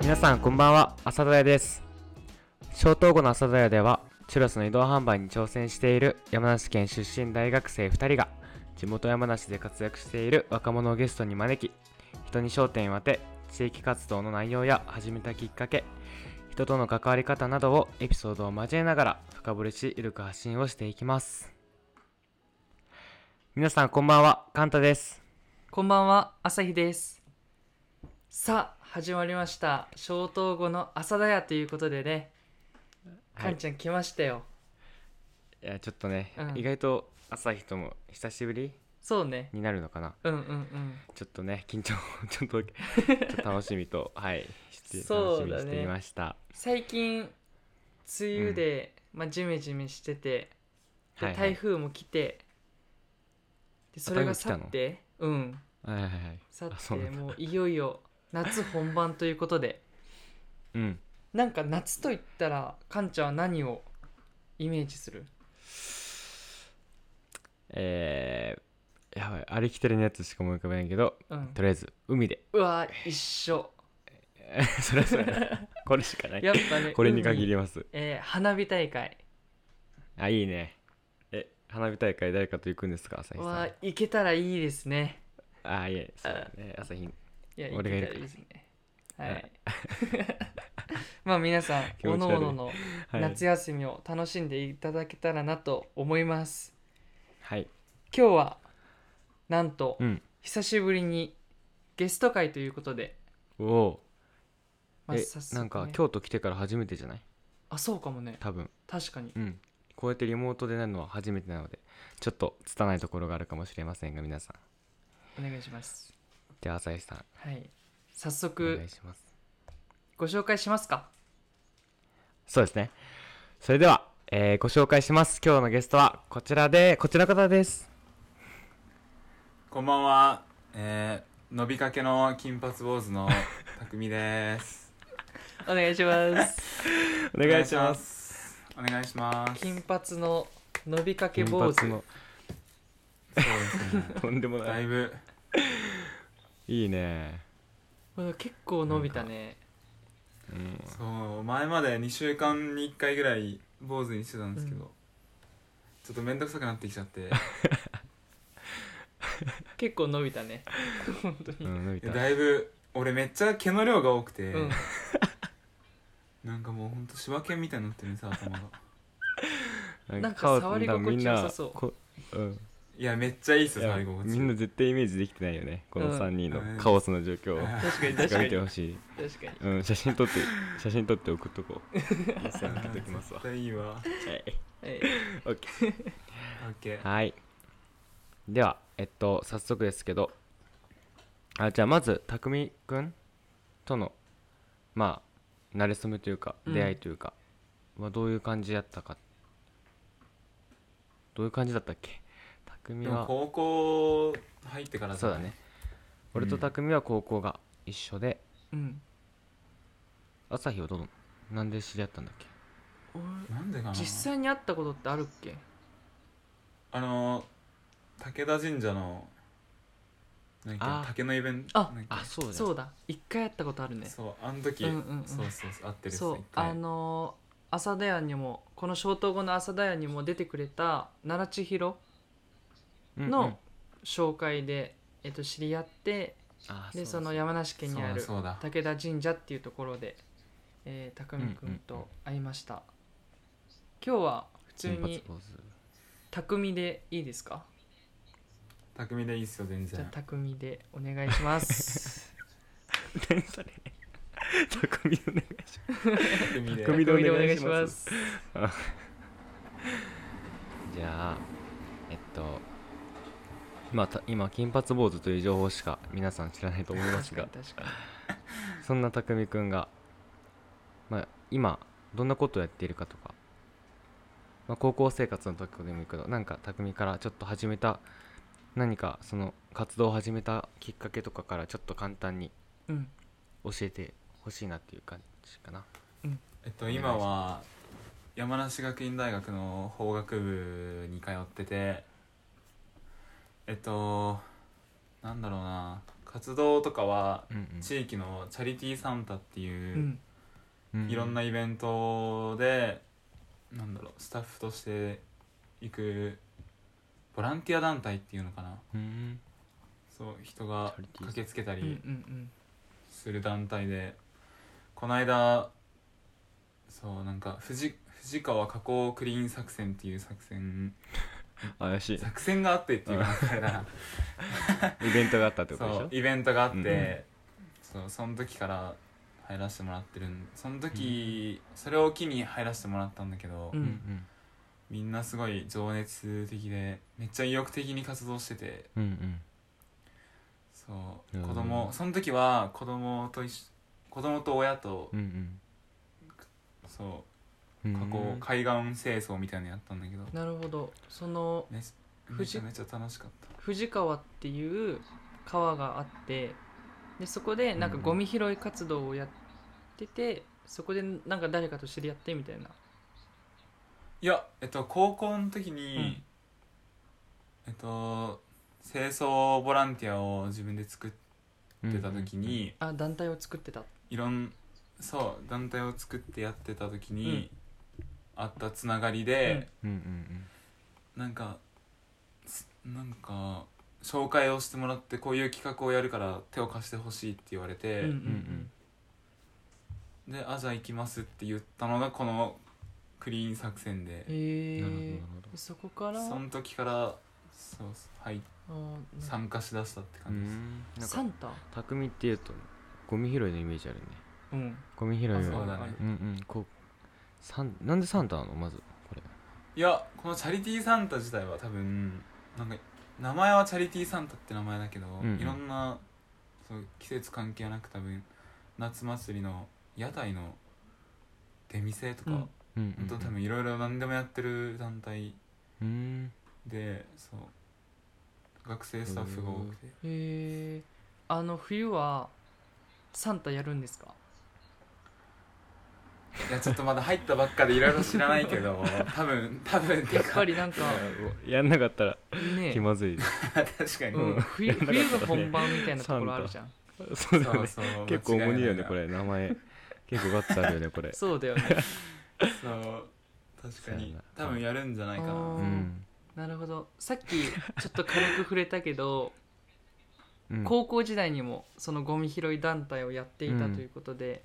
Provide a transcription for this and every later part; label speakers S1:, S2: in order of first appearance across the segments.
S1: 皆さんこんばんは浅田屋です小東湖の浅田屋ではチュロスの移動販売に挑戦している山梨県出身大学生2人が地元山梨で活躍している若者をゲストに招き人に焦点を当て地域活動の内容や始めたきっかけ人との関わり方などをエピソードを交えながら深掘りしゆるく発信をしていきます皆さんこんばんはカンタです
S2: こんばんは、朝日です。さあ、始まりました。小東後の朝だやということでね、
S1: は
S2: か
S1: い
S2: んちゃん来ましたよ。
S1: いやちょっとね、
S2: うん
S1: 意外と朝日とも久しぶり
S2: そうね。
S1: になるのかな
S2: うんうんうん。
S1: ちょっとね緊張 ちょっとちょっと楽しみ とはいして楽
S2: そ
S1: し
S2: う
S1: み
S2: だね
S1: にしていました、
S2: 最近、梅雨で、まあ、ジメジメしてて、
S1: は
S2: で
S1: いはい
S2: 台風も来て、でそれが去って、うん、
S1: はいはいはい
S2: 去
S1: あ
S2: って
S1: そうなんだ
S2: もういよいよ夏本番ということで、
S1: うん
S2: なんか夏と言ったら、かんちゃんは何をイメージする
S1: えー、やばいありきたりのやつしか思い浮かべないけど
S2: うん
S1: と。りあえず海で
S2: うわー、一緒。
S1: それはそれ これしかない
S2: やっぱね
S1: これに限
S2: 海
S1: ります
S2: えー花火大会
S1: あいいねえ花火大会誰かと行くんですか朝日さ
S2: は
S1: ん
S2: 行けたらいいですね
S1: あいえそうだね朝日
S2: いや行け
S1: 俺がいる
S2: たら
S1: か
S2: い
S1: ら
S2: いですねはい まあ皆さん
S1: 気持
S2: 各
S1: ち悪い
S2: 々の
S1: はい
S2: 夏休みを楽しんでいただけたらなと思います、
S1: はい
S2: 今日はなんと、
S1: うん
S2: 久しぶりにゲスト会ということで、
S1: おお
S2: まあ
S1: え
S2: 早速ね
S1: なんか京都来てから初めてじゃない
S2: あそうかもね
S1: 多分
S2: 確かに
S1: うんこうやってリモートでなるのは初めてなのでちょっと拙いところがあるかもしれませんが皆さん
S2: お願いします
S1: では朝日さん
S2: はい早
S1: お
S2: 速
S1: 願いします
S2: ご紹介しますか
S1: そうですねそれでは、えーご紹介します今日のゲストはこちらでこちらの方です
S3: こんばんは、えー、伸びかけの金髪坊 主の匠です。
S2: お願い します
S1: お
S3: お
S1: 願いします
S3: す。お願いします。
S2: 金髪の伸びかけ
S1: 金
S2: 坊主
S1: 髪の
S3: そうで すね。
S1: とんでもな
S3: だ
S1: い
S3: いぶ
S1: いいね
S2: うん結構伸びたね
S1: うん
S3: そう前まで2週間に1回ぐらい坊主にしてたんですけど、
S2: うん
S3: ちょっと面倒くさくなってきちゃっ てい
S2: 結構伸びたね本当
S1: う
S2: に
S1: ん伸びた
S3: やだいぶ俺めっちゃ毛の量が多くて、
S2: うん
S3: なんかもうほんと柴犬みたいになってるんです頭が
S2: なんか
S1: 顔
S2: 触り心地良さそう
S1: みんなこうん
S3: いやめっちゃいいっす
S1: い
S3: よ
S1: や
S3: 触り心
S1: み
S3: 地
S1: んな絶対イメージできてないよねこ
S2: う
S1: の
S2: ん
S1: 3人の
S3: うん
S1: カオスの状況を
S2: 確かに
S1: 見
S2: 確かに
S1: てほ
S2: 確
S1: しい
S2: かに
S1: うん写真撮って写真撮って送っと こうインスタに送っときますわ
S3: 絶対いいわ
S1: はい
S2: え
S1: オッケ
S3: オッケ
S1: ーはいではえっと早速ですけどあじゃあまず匠くんとのまあ慣れ初めというか
S2: うん
S1: 出会いというか、まあ、どういう感じだったかどういう感じだったっけ
S3: ー
S1: 匠
S3: でも
S1: は
S3: 高校入ってから
S1: そうだね俺と匠は高校が一緒で、
S2: うん
S1: 朝日はどのなんで知り合ったんだっけ
S2: 俺
S3: なんでかな
S2: 実際に会ったことってあるっけ
S3: あの武田神社のなん
S1: あ
S3: か
S1: ー
S3: 竹のイベント
S2: あ
S3: なんか
S1: あそうだ
S2: そうだ一回会ったことあるね
S3: そうあの時、
S2: うんうんうん
S3: そうそうそう合ってる
S2: そう
S3: 一回
S2: あのー朝田屋にもこの消灯後の朝田屋にも出てくれた奈良千尋
S1: うんうん
S2: の紹介で、えっと、知り合って
S1: あ
S2: で
S1: う
S2: そ
S1: だ
S2: の山梨県にある
S3: そうだそうだ
S2: 武田神社っていうところで、えー、匠くんと会いました、今日は普通
S1: 金髪
S2: に
S1: 坊主
S2: 匠でいいですか
S3: 匠でいいっすよ全
S2: じゃあ
S3: 然
S2: 匠でお願いします
S1: 何それ匠お願いしま
S3: 匠で
S1: 匠
S2: 匠で
S1: で
S2: お
S1: お
S2: 願
S1: 願
S2: い
S1: い
S2: し
S1: し
S2: ま
S1: ますすじゃあえっとまあた今金髪坊主という情報しか皆さん知らないと思います
S2: 確か
S1: が
S2: に確かに
S1: そんな匠くんが、まあ、今どんなことをやっているかとか、まあ、高校生活の時でもいいけどなんか匠からちょっと始めた何かその活動を始めたきっかけとかからちょっと簡単に
S2: うん
S1: 教えてほしいなっていう感じかな
S3: えっと今は山梨学院大学の法学部に通っててえっとなんだろうな活動とかは
S1: うん
S3: 地域のチャリティーサンタっていうう、
S2: ん
S1: うん
S3: いろんなイベントでなんだろうスタッフとして行くボランティア団体っていうのかな
S1: うん
S3: そう人が
S1: チャリティー
S3: 駆けつけた
S2: うんうん
S3: り
S2: うん
S3: する団体で、この間そうなんか藤藤川河口クリーン作戦っていう作戦
S1: 怪しい
S3: 作戦があってっていうかあ れだな
S1: イベントがあったってことでし
S3: そう
S1: ょ
S3: イベントがあって、
S1: うん
S3: そうその時から入らせてもらってるんその時、それを機に入らせてもらったんだけど、
S2: う
S1: うんん
S3: みんなすごい情熱的でめっちゃ意欲的に活動してて
S1: うんうん
S3: そう
S1: うん
S3: 子供その時は子供と一緒子供と親と、
S1: うんうん
S3: そ
S1: うん
S3: う過去海岸清掃みたいなのやったんだけど、
S2: なるほどその
S3: めちめち
S2: 藤
S3: ゃめちゃ楽しかった
S2: 藤川っていう川があってでそこでなんか
S1: うん
S2: ゴミ拾い活動をやってて、そこでなんか誰かと知り合ってみたいない
S3: やえっと高校の時に、
S2: うん
S3: えっと清掃ボランティアを自分で作ってた時に、
S2: あ団体を作ってた
S3: いろんそう団体を作ってやってた時に、あったつながり
S2: うん
S3: で、
S1: うんうん
S3: なんかすなんか紹介をしてもらってこういう企画をやるから手を貸してほしいって言われて、
S2: うん
S3: で「あじゃあ行きます」って言ったのがこのクリーン作戦で
S2: へ
S1: うんなるほどな
S2: え
S1: るほど
S2: そこから
S3: そ
S2: あ
S3: の時からそうは
S2: ー
S3: い参加しだしたって
S1: う
S3: 感じです、
S1: んなん
S2: サ
S1: か
S2: ンタ
S1: 匠っていうとゴミ拾いのイメージあるね
S2: うん
S1: ゴミ拾い
S2: あ
S1: は
S2: そう
S1: う
S3: だね
S1: んうんこうサンなんでサンタなのまずこれ
S3: いやこのチャリティーサンタ自体は多分なんか名前はチャリティーサンタって名前だけど、
S1: うん
S3: いろんなそう季節関係なく多分夏祭りの屋台の出店とか、
S2: うん
S1: うんう
S3: 本
S1: ん
S3: 当多分いろいろ何でもやってる団体
S1: うん
S3: でそう学生スタッフが多くて
S2: へえあの冬はサンタやるんですか
S3: いやちょっとまだ入ったばっかでいろいろ知らないけど 多分多分て
S2: やっ
S3: か
S2: ぱりなんか
S1: やんなかったら
S2: ね
S1: 気まずい
S3: 確かに、
S2: うん
S1: うん
S2: 冬冬が本番みたいなところあるじゃん
S1: そうだ
S3: そ
S1: ね
S3: うそ う
S1: 結構重荷だよね
S3: 間違いないな
S1: これ名前結構ガッツあるよねこれ
S2: そうだよね
S3: そう確か
S1: そうや
S3: に
S1: な
S3: 多分やるんじゃないかな
S2: あー
S1: うん
S2: なるほどさっきちょっと軽く触れたけど
S1: うん
S2: 高校時代にもそのゴミ拾い団体をやっていたということで、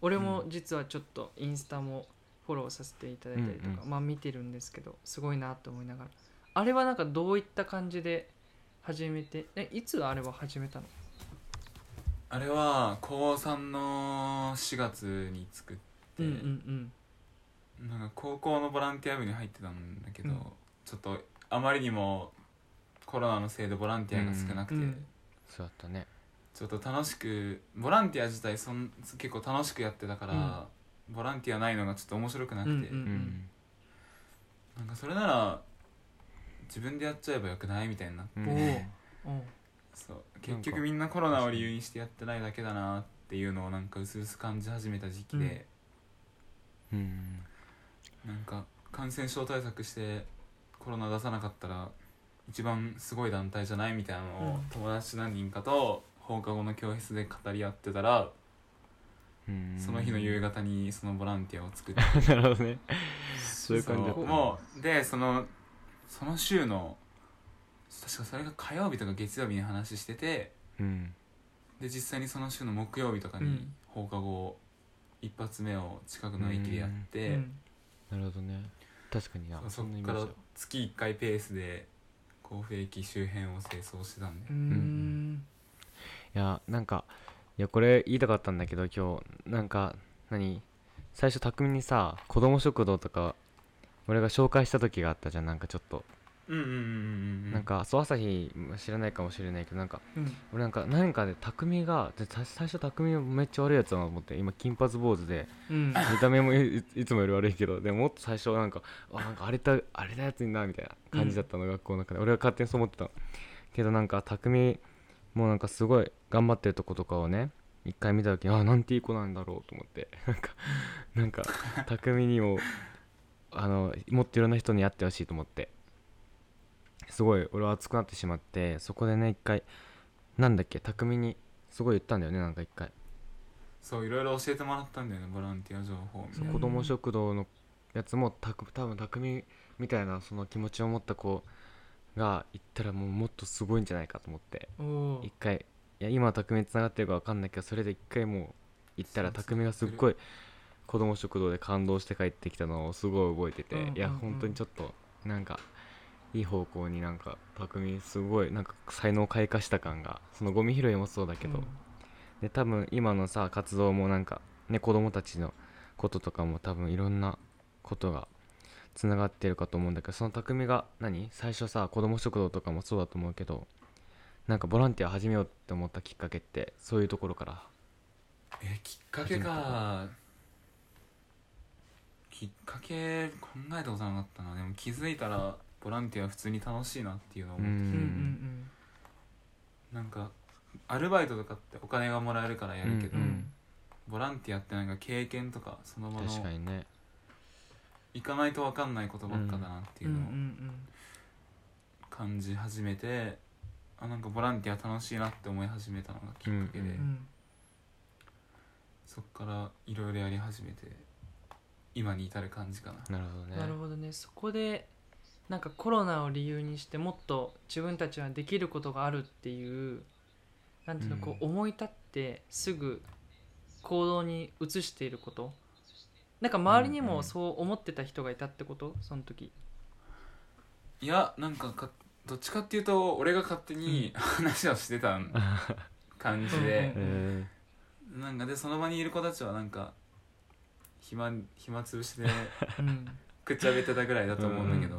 S2: 俺も実はちょっとインスタもフォローさせていただいたりとか、
S1: うんう
S2: まあ見てるんですけどすごいなと思いながらあれはなんかどういった感じで始めてえいつあれは始めたの
S3: あれは高3の4月に作っ
S2: う
S3: て、
S2: んうん
S3: なんか高校のボランティア部に入ってたんだけど、
S2: うん
S3: ちょっとあまりにもコロナのせいでボランティアが少なく
S2: う
S3: て、
S2: んうん
S1: そうだったね
S3: ちょっと楽しくボランティア自体そん結構楽しくやってたから、ボランティアないのがちょっと面白くなくて、
S2: うんうん
S1: うん
S3: なんかそれなら自分でやっちゃえばよくないみたいになって
S1: う
S2: お
S1: ん
S2: おう
S3: そう
S1: なん
S3: 結
S1: か
S3: 局みんなコロナを理由にしてやってないだけだなっていうのをなんかうすうす感じ始めた時期で、
S1: うん
S3: なんか感染症対策してコロナ出さなかったら一番すごい団体じゃないみたいなのを
S2: うん
S3: 友達何人かと放課後の教室で語り合ってたら、
S1: うん
S3: その日の夕方にそのボランティアを作って
S1: なるほどねそういう
S3: そ
S1: 感じだった
S3: う
S1: ね
S3: もうでそのその週の確かそれが火曜日とか月曜日に話してて
S1: うん
S3: で実際にその週の木曜日とか
S2: う
S3: に
S2: ん
S3: 放課後一発目を近くの駅でやって、
S2: うん
S1: なるほどね確かにな
S3: そうそ
S1: んなイ
S3: っ
S1: メ
S3: か
S1: ージ
S3: ら
S1: だ
S3: 月1回ペースで甲府駅周辺を清掃してたんで
S2: うーん
S1: いやなんかいやこれ言いたかったんだけど今日なんか何最初匠にさ子供食堂とか俺が紹介した時があったじゃんなんかちょっと、
S3: うんうんうんうん
S1: なんかそう朝日知らないかもしれないけどなんか
S2: うん
S1: 俺なんか何かで匠がで最最初匠めっちゃ悪いやつだなと思って今金髪坊主で
S2: うん
S1: 見た目もいいつもより悪いけどでももっと最初はなんかあなんかあれだあれだやつになみたいな感じだったの、学校の中で俺は勝手にそう思ってたのけどなんか匠もうなんかすごい頑張ってるとことかをね一回見た時あなんていい子なんだろうと思って なんかなんか匠にもあのもっといろんな人に会ってほしいと思ってすごい俺は熱くなってしまってそこでね一回なんだっけ匠にすごい言ったんだよねなんか一回、
S3: そういろいろ教えてもらったんだよねボランティア情報みたい
S1: そう
S3: な
S2: う
S1: 子
S2: ん
S1: 供食堂のやつもたく多分匠みたいなその気持ちを持った子が行ったらもうもっとすごいんじゃないかと思って
S2: おお
S1: 一回いや今は匠につながってるか分かんないけどそれで一回もう行ったら
S3: そうそう
S1: 匠がすっごい子供食堂で感動して帰ってきたのをすごい覚えてて、
S2: うんうんうん
S1: いや本当にちょっとなんかいい方向になんか匠すごいなんか才能を開花した感がそのゴミ拾いもそうだけど、で多分今のさ活動もなんかね子供たちのこととかも多分いろんなことがつながってるかと思うんだけどその匠が何最初さ子供食堂とかもそうだと思うけどなんかボランティア始めようって思ったきっかけってそういうところから
S3: えきっかけかきっかけ考えたことなかったなでも気づいたらボランティア普通に楽しいなっていうのを、
S1: うん
S2: うんうん
S3: なんかアルバイトとかってお金がもらえるからやるけ
S2: う
S3: ど、
S2: んう
S1: うんん
S3: ボランティアってなんか経験とかその場の
S1: 確かにね
S3: 行かないと分かんないことばっかだなってい
S2: うんう
S3: うん
S2: う
S3: の
S2: ん
S3: を感じ始めてあなんかボランティア楽しいなって思い始めたのがきっかけで、
S1: うん
S2: うん
S3: そっからいろいろやり始めて今に至る感じかな
S1: なるほどね
S2: なるほどねそこでなんかコロナを理由にしてもっと自分たちはできることがあるっていうなんていうの、
S3: うん
S2: こう思い立ってすぐ行動に移していることなんか周りに
S3: うんう
S2: も
S3: ん
S2: そう思ってた人がいたってことその時
S3: いやなんかかどっちかっていうと俺が勝手に話をしてた感じで
S2: う、
S1: え
S3: なんかでその場にいる子たちはなんか暇暇つぶしで
S2: うん
S3: くっちゃべってたぐらいだと思うんだけど、
S1: う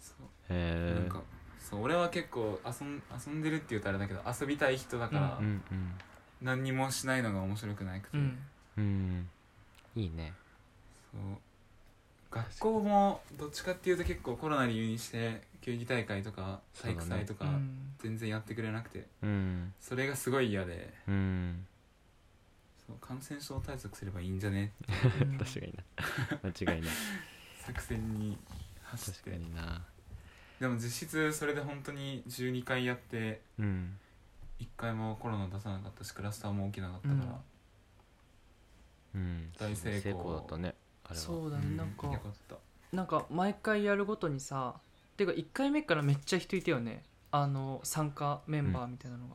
S3: そう
S1: ーえ
S3: な
S1: ー
S3: んかそう俺は結構遊ん遊んでるって言うとあれだけど遊びたい人だから、
S1: うんうん
S3: 何にもしないのが面白くなくて、
S2: うん
S1: うんいいね
S3: そう学校もどっちかっていうと結構コロナ理由にして球技大会とか
S1: そう
S3: 体
S1: だ
S3: 育
S1: ね
S3: 祭とか
S2: うん
S3: 全然やってくれなくて
S1: うん
S3: それがすごい嫌で
S1: うん
S3: そう感染症対策すればいいんじゃねって
S2: うん
S1: 確かにな 間違いない
S3: 作戦に走っ
S1: 確か
S3: て
S1: にな
S3: でも実質それで本当に12回やって
S1: うん
S3: 1回もコロナ出さなかったしクラスターも起きなかったから、
S1: うん
S3: 大成功
S1: だったねあれは
S2: そうだね、
S3: うん
S2: なんか
S3: よかった
S2: なんか毎回やるごとにさてか1回目からめっちゃ人いたよねあの参加メンバーみたいなのが、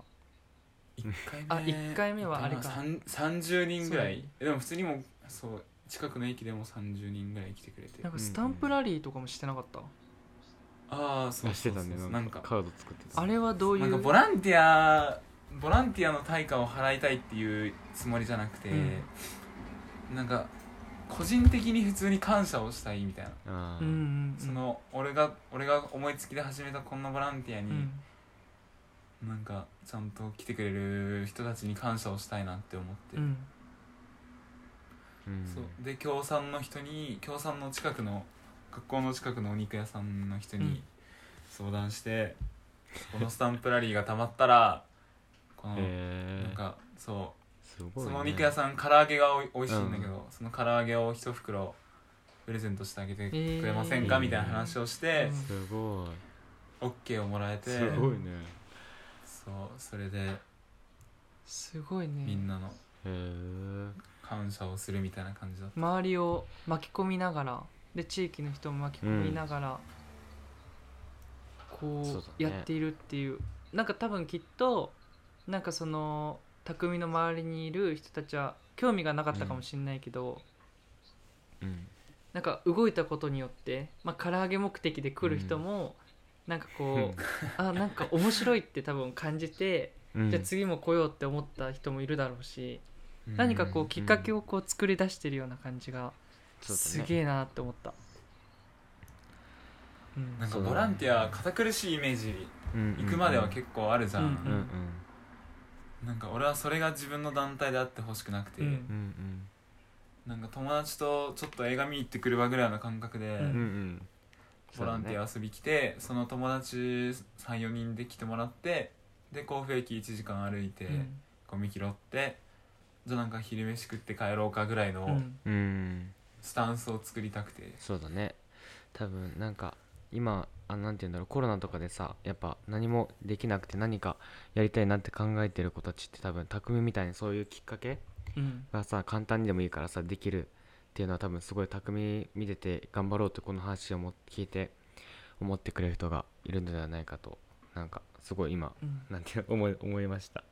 S3: 1回目
S2: あ一回目はあれか
S3: 一回目はさん30人ぐら
S2: そう
S3: いえでも普通にもうそう近くの駅でも30人ぐらい来てくれて
S2: なんかスタンプラリーとかもしてなかった、
S3: ああそう
S1: あし
S3: そ
S1: て
S3: うそ
S1: た
S3: う
S1: ね
S3: な
S1: なんん
S3: か
S1: かカード作ってた
S2: あれはどうい
S3: なん
S2: う
S3: かボランティアボランティアの対価を払いたいっていうつもりじゃなくて、なんか個人的に普通に感謝をしたいみたいな、
S1: あー
S2: うんうんうん、
S3: その俺が俺が思いつきで始めたこんなボランティア
S2: う
S3: に、
S2: ん
S3: なんかちゃんと来てくれる人たちに感謝をしたいなって思って、
S2: うん
S1: うん
S3: そうで協賛の人に協賛の近くの学校の近くのお肉屋さんの人
S2: うん
S3: に相談して、このスタンプラリーがたまったらこの、
S1: へ
S3: なん
S1: え
S3: かそう
S1: すごい
S3: そ
S1: ね
S3: のお肉屋さん唐揚げがおい美味しいんだけど、
S1: う
S3: その唐揚げを一袋プレゼントしてあげてくれません
S1: え
S3: か、
S1: ー
S3: みたいな話をして
S2: うん、
S1: すごい
S3: OK をもらえて
S1: すごいね
S3: そうそれで
S2: すごいね
S3: みんなの
S1: へえ
S3: 感謝をするみたいな感じだった、
S2: 周りを巻き込みながらで地域の人も巻き込みながら、
S1: そ
S2: こ
S1: うだ
S2: うや
S1: ね
S2: っているっていうなんか多分きっとなんかその匠の周りにいる人たちは興味がなかったかもしれないけど、
S1: うん
S2: なんか動いたことによって、まあ、唐揚げ目的で来る人も、なんかこうあなんか面白いって多分感じて、
S1: うん
S2: じゃあ次も来ようって思った人もいるだろうし、
S3: うん
S2: 何かこうきっかけをこう作り出してるような感じが
S1: そうだね
S2: すげえなって思った。うん
S3: なんかボランティア堅苦しいイメージ
S1: うん
S3: 行くまでは結構あるじゃん、
S1: うんうん
S3: なんか俺はそれが自分の団体であってほしくなくて、
S2: うん
S1: うんうん
S3: なんか友達とちょっと映画見に行ってくるわぐらいの感覚で、
S2: うん
S1: うんうん
S3: ボランティア遊び来てその友達34人で来てもらってで甲府駅1時間歩いて、
S2: うん
S3: ゴミ拾ってじゃあなんか昼飯食って帰ろうかぐらいうの
S2: ん
S1: うん
S3: スタンスを作りたくて、
S1: そうだね多分なんか今あなんて言うんだろうコロナとかでさやっぱ何もできなくて何かやりたいなって考えてる子たちって多分匠みたいにそういうきっかけ
S2: うん
S1: がさ簡単にでもいいからさできるっていうのは多分すごい匠見てて頑張ろうってこの話をも聞いて思ってくれる人がいるのではないかとなんかすごい今
S2: うん、
S1: なんていうの思い思いました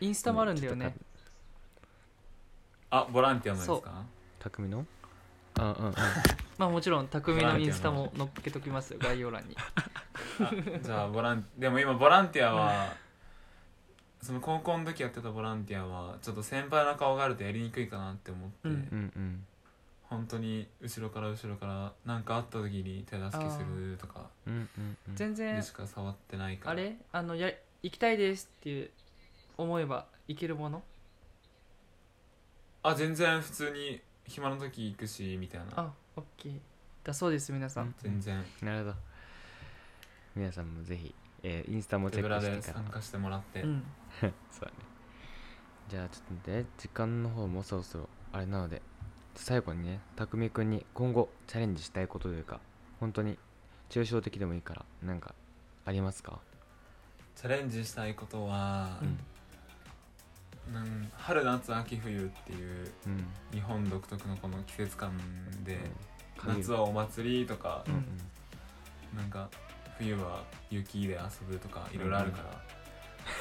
S2: インスタもあるんだよね
S1: ちょっ
S3: あボランティアのですか
S1: と匠のあうんうん
S2: まあもちろん匠のインスタも載っけときますよ概要欄に
S3: あじゃあボラン でも今ボランティアはその高校の時やってたボランティアはちょっと先輩の顔があるとやりにくいかなって思って、
S2: うん
S1: うんうん
S3: 本当に後ろから後ろから何かあった時に手助けするとか
S1: うんうんうん
S2: 全然
S3: でしか触ってないから
S2: あれあのや行きたいですっていう思えば行けるもの
S3: あ全然普通に暇の時行くしみたいな
S2: あオッケーだそうです皆さん、
S3: 全然
S1: なるほど皆さんもぜひ、えーインスタもチ
S3: 手
S1: ェ
S3: ぶ
S1: ッ
S3: ら
S1: クし
S3: で
S1: てから
S3: 参加してもらって、
S2: うん、
S1: そうだねじゃあちょっと待って時間の方もそろそろあれなので最後にね匠くんに今後チャレンジしたいことというか本当に抽象的でもいいからなんかありますか
S3: チャレンジしたいことは
S2: う、ん
S3: うん、春夏秋冬っていう
S1: うん
S3: 日本独特のこの季節感で、
S1: 神
S3: 夏はお祭りとか
S1: う、ん
S3: なんか冬は雪で遊ぶとかいろいろあるから、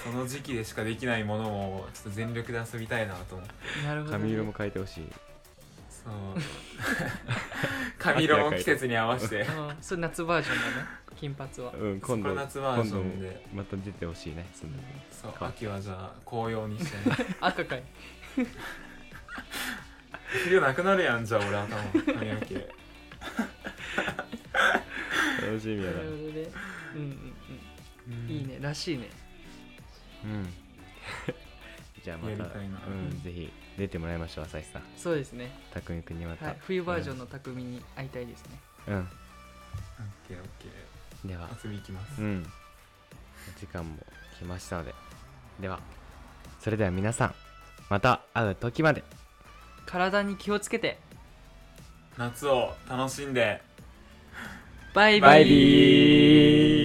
S3: その時期でしかできないものをちょっと全力で遊びたいなと思って
S2: なる
S1: うん
S2: ほど、ね、
S1: 髪色も変えてほしい
S3: そう髪色も季節に合わせ
S2: う
S3: て
S2: んそれ夏バージョンだね金髪は、
S1: うん
S3: こ
S1: 今
S3: れ
S1: 度
S3: 夏バージョン
S1: 今
S3: で
S1: 度また出てほしいねその
S3: そう秋はじゃあ紅葉にしてね
S2: 赤かい
S3: 冬なくなるやんじゃあ俺頭髪の毛
S1: 楽しみ
S2: な
S1: や
S2: る
S1: な
S2: ほどねうんうんうんいいねらしいね
S1: うんじゃあま
S3: やり
S1: た
S3: たいな
S1: うんぜひ出てもらいましょう朝日さん
S2: そうですね、
S1: 匠くんにま
S2: は
S1: た
S2: い、冬バージョンの匠に会いたいですね
S1: うん
S3: オッケーオッケ
S1: では
S3: ー遊び行きます、
S1: うん。お時間も来ましたので。では、それでは皆さん、また会う時まで。
S2: 体に気をつけて
S3: 夏を楽しんで
S2: バイビー
S1: バイビー